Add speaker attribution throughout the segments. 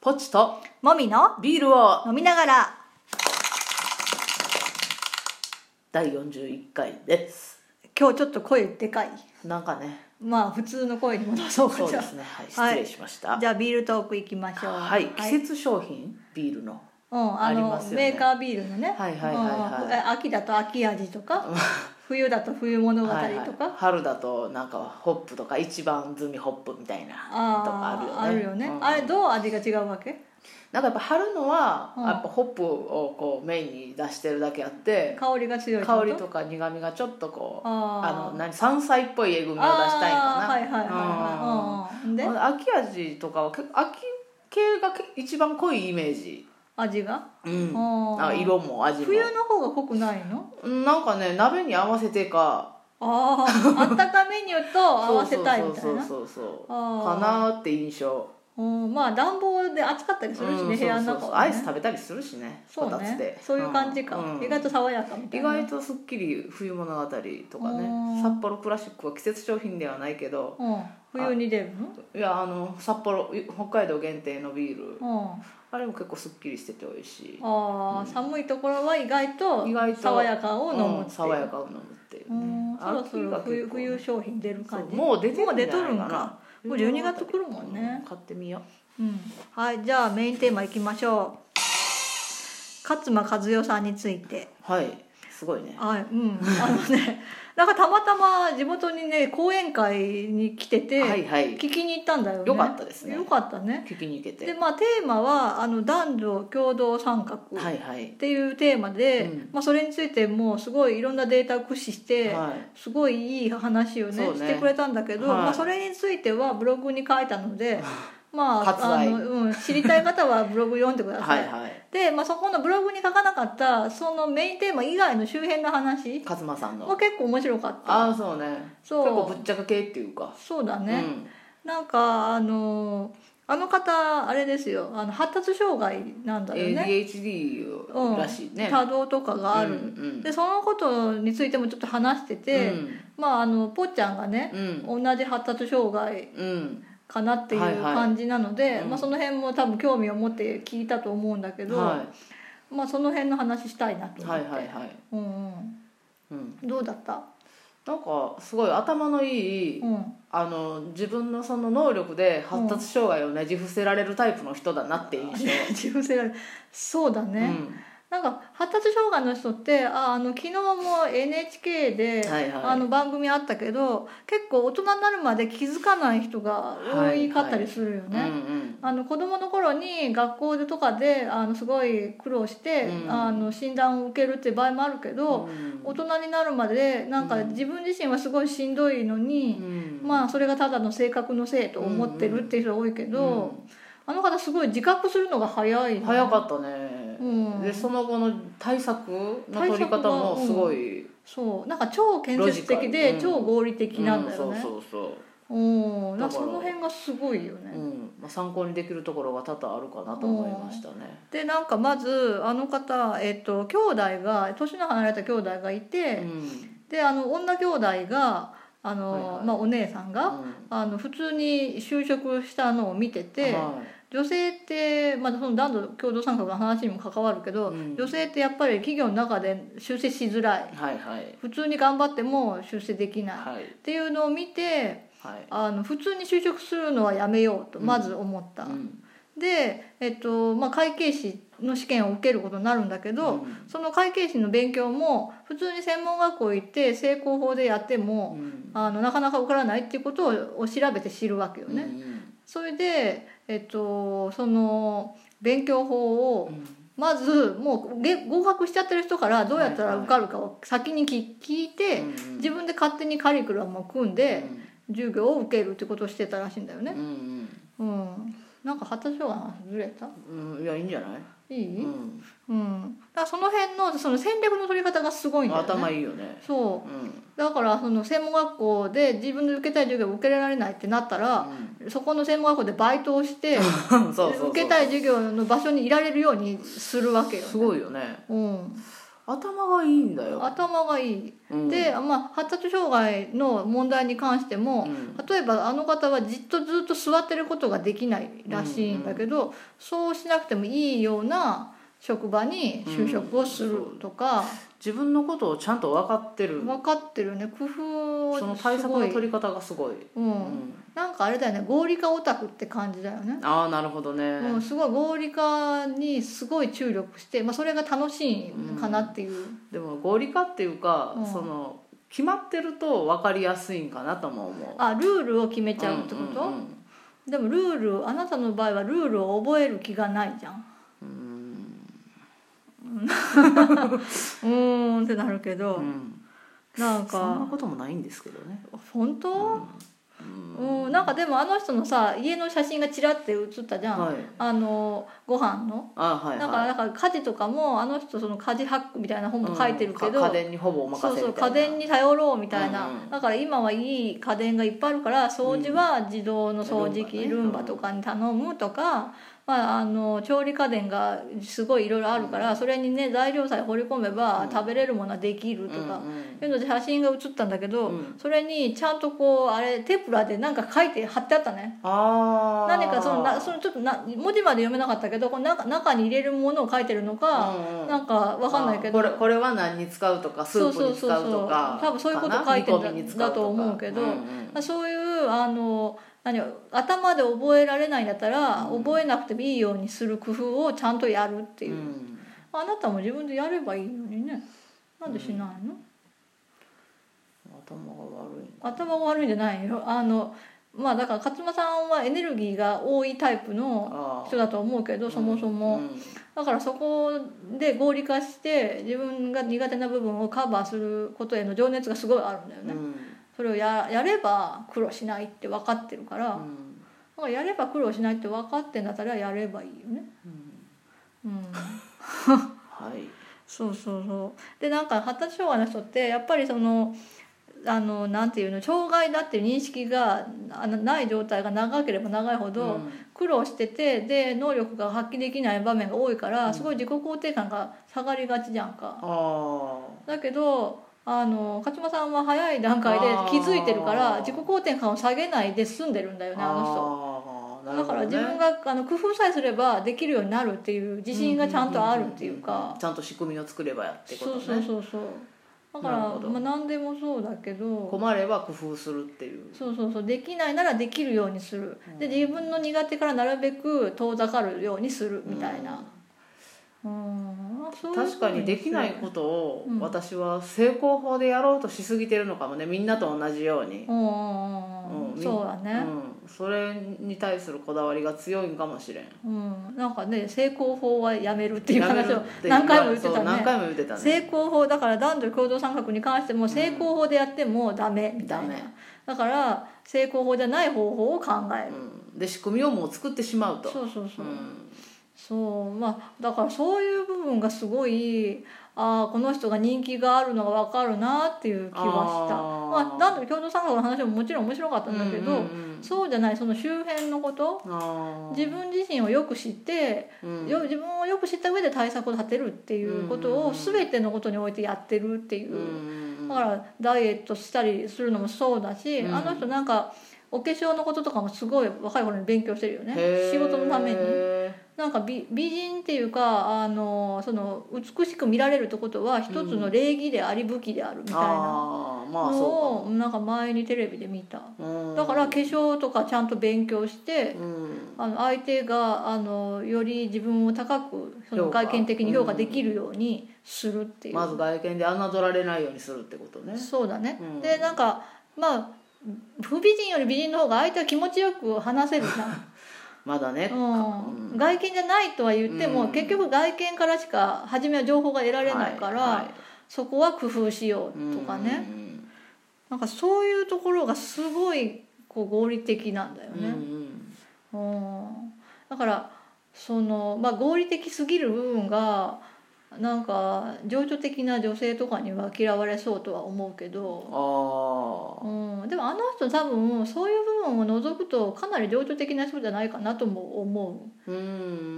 Speaker 1: ポチと
Speaker 2: もみの
Speaker 1: ビールを
Speaker 2: 飲みながら
Speaker 1: 第41回です
Speaker 2: 今日ちょっと声でかい
Speaker 1: なんかね
Speaker 2: まあ普通の声に戻そうか
Speaker 1: そう
Speaker 2: じゃ
Speaker 1: で
Speaker 2: あ
Speaker 1: すねはい
Speaker 2: は
Speaker 1: 失
Speaker 2: い
Speaker 1: 礼しました
Speaker 2: じゃあビールトーク行きましょう
Speaker 1: はい季節商品ビールの
Speaker 2: うん、あ
Speaker 1: あり
Speaker 2: の
Speaker 1: ますよ
Speaker 2: メ
Speaker 1: ね
Speaker 2: ーカービールのね、
Speaker 1: はいはいはいはい
Speaker 2: うんえ秋だと秋味とか冬だと冬物語とか、
Speaker 1: はいはい春だとなんかホップとか一番摘みホップみたいなとか
Speaker 2: ああ
Speaker 1: あ
Speaker 2: あ
Speaker 1: る
Speaker 2: る
Speaker 1: よ
Speaker 2: よ
Speaker 1: ね
Speaker 2: ね、
Speaker 1: うん
Speaker 2: あれどう味が違うわけ
Speaker 1: なんかやっぱ春のは
Speaker 2: うん
Speaker 1: やっぱホップをこうメインに出してるだけあって
Speaker 2: 香りが強いってこ
Speaker 1: 香りとか苦みがちょっとこうあ
Speaker 2: あー
Speaker 1: の何山菜っぽいえぐみを出したいん
Speaker 2: あーはいはいはい
Speaker 1: か
Speaker 2: はい、うんうん、
Speaker 1: な
Speaker 2: で
Speaker 1: うん秋味とかは結構秋系がけ一番濃いイメージ
Speaker 2: 味が
Speaker 1: うん
Speaker 2: あ
Speaker 1: あ
Speaker 2: ー
Speaker 1: 色も味も
Speaker 2: 冬の方が濃くないの
Speaker 1: うんなんかね鍋に合わせてか
Speaker 2: あああったかメニューと合わせたいみたいな
Speaker 1: そうそうそうそうそうか
Speaker 2: あー
Speaker 1: なーって印象
Speaker 2: うんまあ暖房で暑かったりするしね、
Speaker 1: うん
Speaker 2: 部屋の
Speaker 1: そ
Speaker 2: 中
Speaker 1: うそうそう
Speaker 2: は
Speaker 1: ア
Speaker 2: ね
Speaker 1: イス食べたりするしね
Speaker 2: そう
Speaker 1: こたつ
Speaker 2: ね
Speaker 1: で
Speaker 2: そういう感じか、
Speaker 1: うん
Speaker 2: 意外と爽やかみた
Speaker 1: 意
Speaker 2: いな
Speaker 1: 外とすっきり冬物語とか
Speaker 2: う
Speaker 1: ね
Speaker 2: ん
Speaker 1: 札幌クラシックは季節商品ではないけど
Speaker 2: うん、冬に出る
Speaker 1: いやあの札幌北海道限定のビール
Speaker 2: の、う
Speaker 1: あ
Speaker 2: ん、
Speaker 1: れも結構すっきりしてて美味しい
Speaker 2: ああ、
Speaker 1: うん
Speaker 2: 寒いところは意外
Speaker 1: 意外
Speaker 2: と
Speaker 1: と
Speaker 2: 爽やかを飲む
Speaker 1: う
Speaker 2: っていう、
Speaker 1: ん爽やかを飲むっていう
Speaker 2: う
Speaker 1: ね
Speaker 2: んそろそろ冬冬
Speaker 1: 秋が結構ね
Speaker 2: 商品出る
Speaker 1: そ
Speaker 2: 感
Speaker 1: う
Speaker 2: じ
Speaker 1: もう出てる
Speaker 2: も
Speaker 1: ん
Speaker 2: う
Speaker 1: じゃ
Speaker 2: 出
Speaker 1: な
Speaker 2: と
Speaker 1: い
Speaker 2: るん
Speaker 1: か
Speaker 2: か
Speaker 1: な
Speaker 2: もう12月来るもんね
Speaker 1: 買ってみよ
Speaker 2: うんはいじゃあメインテーマいきましょう勝間和代さんについて
Speaker 1: うはいすごいね
Speaker 2: はいうんあのね なんかたまたま地元にね講演会に来てて、
Speaker 1: はいはい
Speaker 2: 聞きに行ったんだよね
Speaker 1: よかったですね
Speaker 2: よかったね
Speaker 1: 聞きに行けて
Speaker 2: でまあテーマはあの男女共同参画
Speaker 1: はいはい
Speaker 2: っていうテーマで、
Speaker 1: うん
Speaker 2: まあ、それについてもうすごいいろんなデータを駆使して、
Speaker 1: はい
Speaker 2: すごいいい話をね
Speaker 1: そうね
Speaker 2: してくれたんだけど、
Speaker 1: はい
Speaker 2: まあ、それについてはブログに書いたのでま
Speaker 1: 割
Speaker 2: ああ
Speaker 1: 愛
Speaker 2: の、うん、知りたい方はブログ読んでくだ さ。
Speaker 1: はいいはい
Speaker 2: で、まあ、そこのブログに書かなかったそのメインテーマ以外の周辺の話
Speaker 1: 勝間さん
Speaker 2: は
Speaker 1: の
Speaker 2: 結構面白かった
Speaker 1: ああそうね
Speaker 2: そう
Speaker 1: 結構ぶっちゃけ系っていうか
Speaker 2: そうだね、なんかあのあの方あれですよあの発達障害な
Speaker 1: う
Speaker 2: ん
Speaker 1: ん、
Speaker 2: だよね、
Speaker 1: ADHD らしいね、
Speaker 2: 多動とかがある、
Speaker 1: うんうん
Speaker 2: でそのことについてもちょっと話してて、まああのぽっちゃんがね、
Speaker 1: うん
Speaker 2: 同じ発達障害
Speaker 1: うんうん
Speaker 2: かなっていう
Speaker 1: はいはい
Speaker 2: 感じなので、
Speaker 1: うん
Speaker 2: まあ、その辺も多分興味を持って聞いたと思うんだけど、
Speaker 1: は
Speaker 2: まあ、その辺の話したいなと
Speaker 1: い
Speaker 2: 思っ
Speaker 1: はい
Speaker 2: て、
Speaker 1: はいはい、
Speaker 2: うんうん、
Speaker 1: うん、
Speaker 2: どうだった、
Speaker 1: なんかすごい頭のいい、
Speaker 2: うん、
Speaker 1: あの自分のその能力で発達障害をねじ伏せられるタイプの人だなって印象、
Speaker 2: 自分せられそうだ
Speaker 1: う
Speaker 2: ね、
Speaker 1: ん、
Speaker 2: なんか発達障害の人ってああの昨日も NHK で、
Speaker 1: はいはい
Speaker 2: あの番組あったけど結構大人になるまで気づかない人が多いかったりするよね。
Speaker 1: うんうん
Speaker 2: あの子供の頃に学校でとかであのすごい苦労して、
Speaker 1: うん
Speaker 2: あの診断を受けるっていう場合もあるけ
Speaker 1: う
Speaker 2: ど、
Speaker 1: ん
Speaker 2: 大人になるまでなんか
Speaker 1: うん
Speaker 2: 自分自身はすごいしんどいのに、
Speaker 1: うん
Speaker 2: まあそれがただの性格のせいと思ってるっていう人が多いけど、あの方すごい自覚するのが早い、
Speaker 1: うん早かったね、
Speaker 2: うん
Speaker 1: でその後の対策の取り方もすごい、
Speaker 2: そうなんか超建設的で、
Speaker 1: ロジカルうん
Speaker 2: 超合理的なんだよね、
Speaker 1: うんそうそうそう
Speaker 2: うんなんか
Speaker 1: だか
Speaker 2: そ
Speaker 1: ら
Speaker 2: の辺がすごいよね、
Speaker 1: うんまあ、参考にできるところが多々あるかなと思いましたね。
Speaker 2: でなんかまずあの方、えっと、兄弟が年の離れた兄弟がいて、
Speaker 1: うん
Speaker 2: であの女兄弟があの、
Speaker 1: はいはい
Speaker 2: まあ、お姉さんが、あの普通に就職したのを見てて、
Speaker 1: はい
Speaker 2: 女性って、まあ、その男女共同参画の話にも関わるけど、
Speaker 1: うん
Speaker 2: 女性ってやっぱり企業の中で出世しづらい
Speaker 1: はいはい
Speaker 2: 普通に頑張っても出世できない、
Speaker 1: はい
Speaker 2: っていうのを見て
Speaker 1: はい。
Speaker 2: あの普通に就職するのはやめようと
Speaker 1: うん
Speaker 2: まず思った、
Speaker 1: うん
Speaker 2: で、えっとまあ、会計士の試験を受けることになるんだけど、
Speaker 1: うん
Speaker 2: その会計士の勉強も普通に専門学校行って成功法でやっても、
Speaker 1: うん
Speaker 2: あのなかなか受からないっていうことをを調べて知るわけよね。
Speaker 1: うん
Speaker 2: それで、えっと、その勉強法
Speaker 1: う
Speaker 2: を
Speaker 1: ん
Speaker 2: まずもうげ合格しちゃってる人からどうやったら受かるかを先に聞聞いて、
Speaker 1: うん
Speaker 2: 自分で勝手にカリキュラムを組んで、授業を受けるってことをしてたらしいんだよ
Speaker 1: うん
Speaker 2: ね。うん、なんか発達障害の話ずれた
Speaker 1: うんうんいやいいんじゃない？
Speaker 2: いい、
Speaker 1: うん
Speaker 2: うん、だからその辺のその戦略の取り方がすごいんだよね
Speaker 1: 頭いいよね。
Speaker 2: そううんだからその専門学校で自分で受けたい授業を受けられないってなったら、そこの専門学校でバイト をして
Speaker 1: うんそうそうそう。
Speaker 2: 受けたい授業の場所にいられるようにするわけよ、ね、
Speaker 1: すごいよね。
Speaker 2: うん、
Speaker 1: 頭がいいんだよ、
Speaker 2: 頭がいい、
Speaker 1: うん、
Speaker 2: で、まあ、発達障害の問題に関しても、
Speaker 1: うん
Speaker 2: 例えばあの方はじっとずっと座ってることができないらしいんだけど、そうしなくてもいいような職場に就職をするとか、
Speaker 1: 自分のことをちゃんと分かってる
Speaker 2: 分かってるね工夫を
Speaker 1: その対策の
Speaker 2: すごい
Speaker 1: 取り方がすごい、
Speaker 2: うん
Speaker 1: うん
Speaker 2: なんかあれだよね合理化オタクって感じだよね、
Speaker 1: ああなるほどね、
Speaker 2: うん、すごい合理化にすごい注力して、まあ、それが楽しいかなっていう、
Speaker 1: でも合理化っていうか、
Speaker 2: うん
Speaker 1: その決まってると分かりやすいんかなとも思う
Speaker 2: あルールを決めちゃうってこと、
Speaker 1: うんうん
Speaker 2: でもルールあなたの場合はルールを覚える気がないじゃんうーんってなるけど、
Speaker 1: うんうん
Speaker 2: なん
Speaker 1: そんな
Speaker 2: か
Speaker 1: こともないんですけどね
Speaker 2: 本当うん、なんかでもあの人のさ家の写真がちらって写ったじゃん、
Speaker 1: はい
Speaker 2: あのご飯の、
Speaker 1: あはい
Speaker 2: なん
Speaker 1: は
Speaker 2: か
Speaker 1: い
Speaker 2: なんか家事とかもあの人その家事ハックみたいな本も書いてるけど、
Speaker 1: うんか家電にほぼお任せ
Speaker 2: そう
Speaker 1: みたいな
Speaker 2: そう家電に頼ろうみたいな、
Speaker 1: うんうん
Speaker 2: だから今はいい家電がいっぱいあるから掃除は自動の掃除機、
Speaker 1: ルンバね
Speaker 2: ルンバとかに頼むとか、まあ、あの調理家電がすごいいろいろあるから、それにね材料さえ放り込めば食べれるものはできるとか、
Speaker 1: うんうん
Speaker 2: いうので写真が写ったんだけど、
Speaker 1: うん
Speaker 2: それにちゃんとこうあれテープラでなんか書いて貼ってあったね
Speaker 1: ああ
Speaker 2: 何かそのなそのちょっとな文字まで読めなかったけどこの中中に入れるものを書いてるのか、
Speaker 1: うんうん
Speaker 2: なんかわかんないけど
Speaker 1: あーこれこれは何に使うとかスープに使うとか
Speaker 2: そうそうそうそう多分そういうこと書いてんだ
Speaker 1: かな煮込みに使うとか
Speaker 2: だと思うけど
Speaker 1: んん
Speaker 2: そういうあの何頭で覚えられないんだったら、覚えなくてもいいようにする工夫をちゃんとやるっていう、
Speaker 1: ん
Speaker 2: あなたも自分でやればいいのにねなんでしないの、
Speaker 1: 頭が悪い
Speaker 2: 頭が悪いんじゃないよあのまあだから勝間さんはエネルギーが多いタイプの
Speaker 1: あ
Speaker 2: 人だと思うけどそもそ
Speaker 1: あ
Speaker 2: も、だからそこで合理化して自分が苦手な部分をカバーすることへの情熱がすごいあるんだよ
Speaker 1: うん
Speaker 2: ね、
Speaker 1: うん
Speaker 2: それをややれば苦労しないって分かってるから、
Speaker 1: うん
Speaker 2: まあ、やれば苦労しないって分かってんだったらやればいいよねうん
Speaker 1: はい
Speaker 2: そうそうそうでなんか発達障害の人ってやっぱりそのあのなんていうの障害だっていう認識があのない状態が長ければ長いほ
Speaker 1: う
Speaker 2: ど
Speaker 1: ん
Speaker 2: 苦労しててで能力が発揮できない場面が多いからすごい自己肯定感が下がりがちじゃんか。
Speaker 1: あ
Speaker 2: だけどあの勝間さんは早い段階で気づいてるから
Speaker 1: あー
Speaker 2: 自己肯定感を下げないで済んでるんだよ
Speaker 1: ー
Speaker 2: ねあの人。
Speaker 1: あーなる
Speaker 2: だ
Speaker 1: ほど
Speaker 2: から
Speaker 1: ね
Speaker 2: 自分があの工夫さえすればできるようになるっていう自信がちゃんとあるっていうん
Speaker 1: んんん
Speaker 2: か
Speaker 1: ちゃんと仕組みを作ればやってこと
Speaker 2: そう
Speaker 1: ね
Speaker 2: そうそうそうだから
Speaker 1: なるほど
Speaker 2: まあ何でもそうだけど
Speaker 1: 困れば工夫するっていう
Speaker 2: そうそうそうできないならできるようにするで自分の苦手からなるべく遠ざかるようにするみたいなうんまあそういう
Speaker 1: 確かにできないことを私は成功法でやろうとしすぎてるのかもねみんなと同じように、
Speaker 2: うんうんうん
Speaker 1: う
Speaker 2: うんんそうだ
Speaker 1: う
Speaker 2: ね
Speaker 1: ん、それに対するこだわりが強いんかもしれん
Speaker 2: うんなんかね成功法はやめるっていう話
Speaker 1: や
Speaker 2: を
Speaker 1: めるって
Speaker 2: 何回も言って
Speaker 1: そ
Speaker 2: た
Speaker 1: う
Speaker 2: ね
Speaker 1: 何回も言ってたね
Speaker 2: 成功法だから男女共同参画に関しても成功法でやってもダメみた
Speaker 1: ダ
Speaker 2: いな、
Speaker 1: メ
Speaker 2: だから成功法じゃない方法を考える、
Speaker 1: うん、で仕組みをもう作ってしまうと
Speaker 2: そうそうそう、
Speaker 1: ん
Speaker 2: そうまあだからそういう部分がすごいああこの人が人気があるのが分かるなっていう気がした
Speaker 1: あー
Speaker 2: まあ、男女共同参画の話ももちろん面白かったんだけど、
Speaker 1: うんうん
Speaker 2: そうじゃないその周辺のこと
Speaker 1: うんあー
Speaker 2: 自分自身をよく知って、
Speaker 1: うん
Speaker 2: よ自分をよく知った上で対策を立てるっていうことを全てのことにおいてやってるっていうう、
Speaker 1: ん
Speaker 2: だからダイエットしたりするのもそうだし、
Speaker 1: うん
Speaker 2: あの人なんかお化粧のこととかもすごい若い頃に勉強してるよね
Speaker 1: へー
Speaker 2: 仕事のためになんか美美人っていうかあのその美しく見られるってことは一つの礼儀であり武器であるみたいな
Speaker 1: あーまあ
Speaker 2: の
Speaker 1: そ
Speaker 2: をなんか前にテレビで見た
Speaker 1: うか、うん、
Speaker 2: だから化粧とかちゃんと勉強して
Speaker 1: うん
Speaker 2: あの相手があのより自分を高くその
Speaker 1: 評価
Speaker 2: 外見的に評価できるようにするっていう、
Speaker 1: まず外見で侮られないようにするってことね
Speaker 2: そうだね、
Speaker 1: うん
Speaker 2: でなんかまあ不美人より美人の方が相手は気持ちよく話せるじゃん、
Speaker 1: まだね
Speaker 2: うん外見じゃないとは言っても、
Speaker 1: うん
Speaker 2: 結局外見からしか初めは情報が得られないから、
Speaker 1: はいは
Speaker 2: そこは工夫しよ
Speaker 1: いう
Speaker 2: とかね、
Speaker 1: うんうんうん
Speaker 2: なんかそういうところがすごいこう合理的なんだよ
Speaker 1: うんう
Speaker 2: ね、
Speaker 1: ん
Speaker 2: うんだからその、まあ、合理的すぎる部分がなんか情緒的な女性とかには嫌われそうとは思うけど、
Speaker 1: あ
Speaker 2: うん、でもあの人多分そういう部分を除くとかなり情緒的な人じゃないかなとも思
Speaker 1: あうん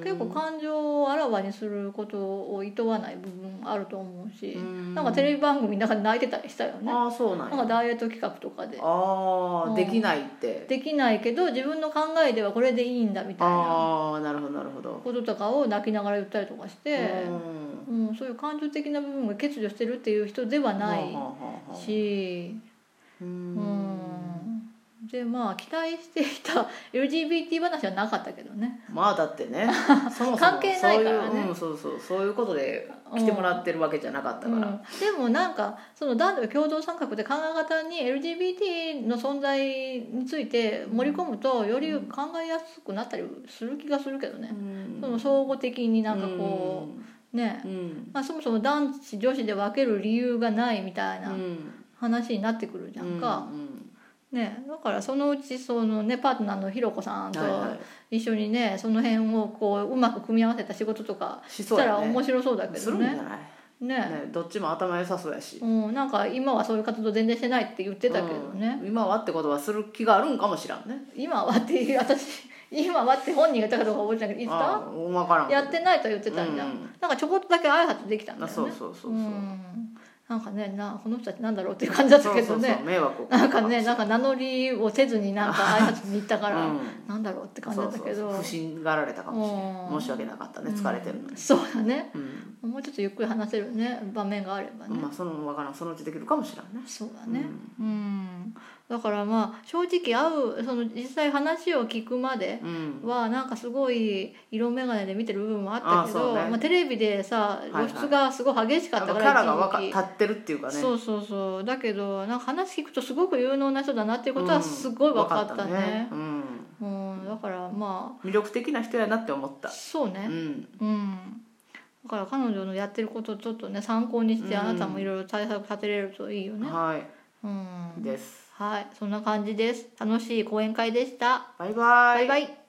Speaker 2: う結構感情をあらわにすることを厭わない部分あると思うし、なんかテレビ番組の中で泣いてたりしたよね
Speaker 1: ああそうなん
Speaker 2: な
Speaker 1: や
Speaker 2: んかダイエット企画とかで
Speaker 1: あ
Speaker 2: う
Speaker 1: あ
Speaker 2: ん
Speaker 1: できないって
Speaker 2: できないけど自分の考えではこれでいいんだみたいな
Speaker 1: ああなるほどなるほど
Speaker 2: こととかを泣きながら言ったりとかして、
Speaker 1: うん
Speaker 2: うん、そういう感情的な部分が欠如してるっていう人ではな
Speaker 1: はあ
Speaker 2: い
Speaker 1: はあはあ
Speaker 2: し、
Speaker 1: う
Speaker 2: うんん、でまあ期待していた LGBT 話はなかったけどね
Speaker 1: まあだって ねそもそも
Speaker 2: 関係ないからね
Speaker 1: そういう,、うん、そうそうそういうことで来てもらってるわけじゃなかったから、
Speaker 2: うんでもなんかその男女共同参画って考え方に LGBT の存在について盛り込むとより考えやすくなったりする気がするけどね、その相互的になんかこうね
Speaker 1: う、ん
Speaker 2: まあ、そもそも男子女子で分ける理由がないみた
Speaker 1: うん
Speaker 2: い
Speaker 1: う
Speaker 2: なん話になってくるじゃんか、
Speaker 1: うん
Speaker 2: ね、だからそのうちその、ね、パートナーのひろこさんと
Speaker 1: はいはい
Speaker 2: 一緒にねその辺をこううまく組み合わせた仕事とか
Speaker 1: し
Speaker 2: し
Speaker 1: そう
Speaker 2: た
Speaker 1: や
Speaker 2: ら
Speaker 1: ね
Speaker 2: 面白そうだけ
Speaker 1: す
Speaker 2: ど
Speaker 1: るんじゃ
Speaker 2: ね。
Speaker 1: ない
Speaker 2: ね
Speaker 1: ねどっちも頭良さそうやし
Speaker 2: うん、なんか今はそういう活動全然してないって言ってたけどね、
Speaker 1: うん今はってことはする気があるんかもしらんね
Speaker 2: 今はっていう私今はって本人が言ったかどうか覚えてないけど言って
Speaker 1: ああ分からん
Speaker 2: たやってないとは言ってたんじゃん、
Speaker 1: うん
Speaker 2: なんかちょこっとだけ挨拶できたんだよ
Speaker 1: あ
Speaker 2: ね
Speaker 1: そうそうそうそう
Speaker 2: うんなんかねなこの人たちなんだろうっていう感じだったけ
Speaker 1: そ
Speaker 2: どね
Speaker 1: うそうそう迷惑をか
Speaker 2: な
Speaker 1: け
Speaker 2: ん
Speaker 1: た
Speaker 2: かねなんか名乗りをせずになんか挨拶に行ったから、
Speaker 1: うん
Speaker 2: なんだろうって感じだったけど
Speaker 1: そうそう不審がられたかもしれない
Speaker 2: うん
Speaker 1: 申し訳なかったね疲れてるのに
Speaker 2: うんそうだね
Speaker 1: うん、
Speaker 2: もうちょっとゆっくり話せるね場面があればね、
Speaker 1: まあそのわからんそのうちできるかもしれないね
Speaker 2: そうだねうん、だからまあ正直会うその実際話を聞くまで
Speaker 1: うん
Speaker 2: はなんかすごい色眼鏡で見てる部分もあったけ
Speaker 1: あそ
Speaker 2: ど
Speaker 1: うね
Speaker 2: まあ、テレビでさ
Speaker 1: いはい
Speaker 2: 露出がすごい激しか
Speaker 1: な
Speaker 2: っ
Speaker 1: んか
Speaker 2: た
Speaker 1: キ
Speaker 2: か
Speaker 1: ャ
Speaker 2: ら
Speaker 1: ラがわか
Speaker 2: 一時
Speaker 1: 立
Speaker 2: 期
Speaker 1: ってるっていうかね
Speaker 2: そうそうそうだけどなんか話聞くとすごく有能な人だなっていうことはすごい分かったね,、うん
Speaker 1: わうん、
Speaker 2: だからま
Speaker 1: 魅力的な人やなって思っ
Speaker 2: あ
Speaker 1: た
Speaker 2: そう
Speaker 1: う
Speaker 2: ね
Speaker 1: ん
Speaker 2: うん、だから彼女のやってることをちょっとね参考にして
Speaker 1: うん
Speaker 2: あなたもいろいろ対策立てれるといいよね、
Speaker 1: はい
Speaker 2: うん
Speaker 1: です
Speaker 2: はい、そんな感じです。楽しい講演会でした。
Speaker 1: バイバイ
Speaker 2: バイバイ。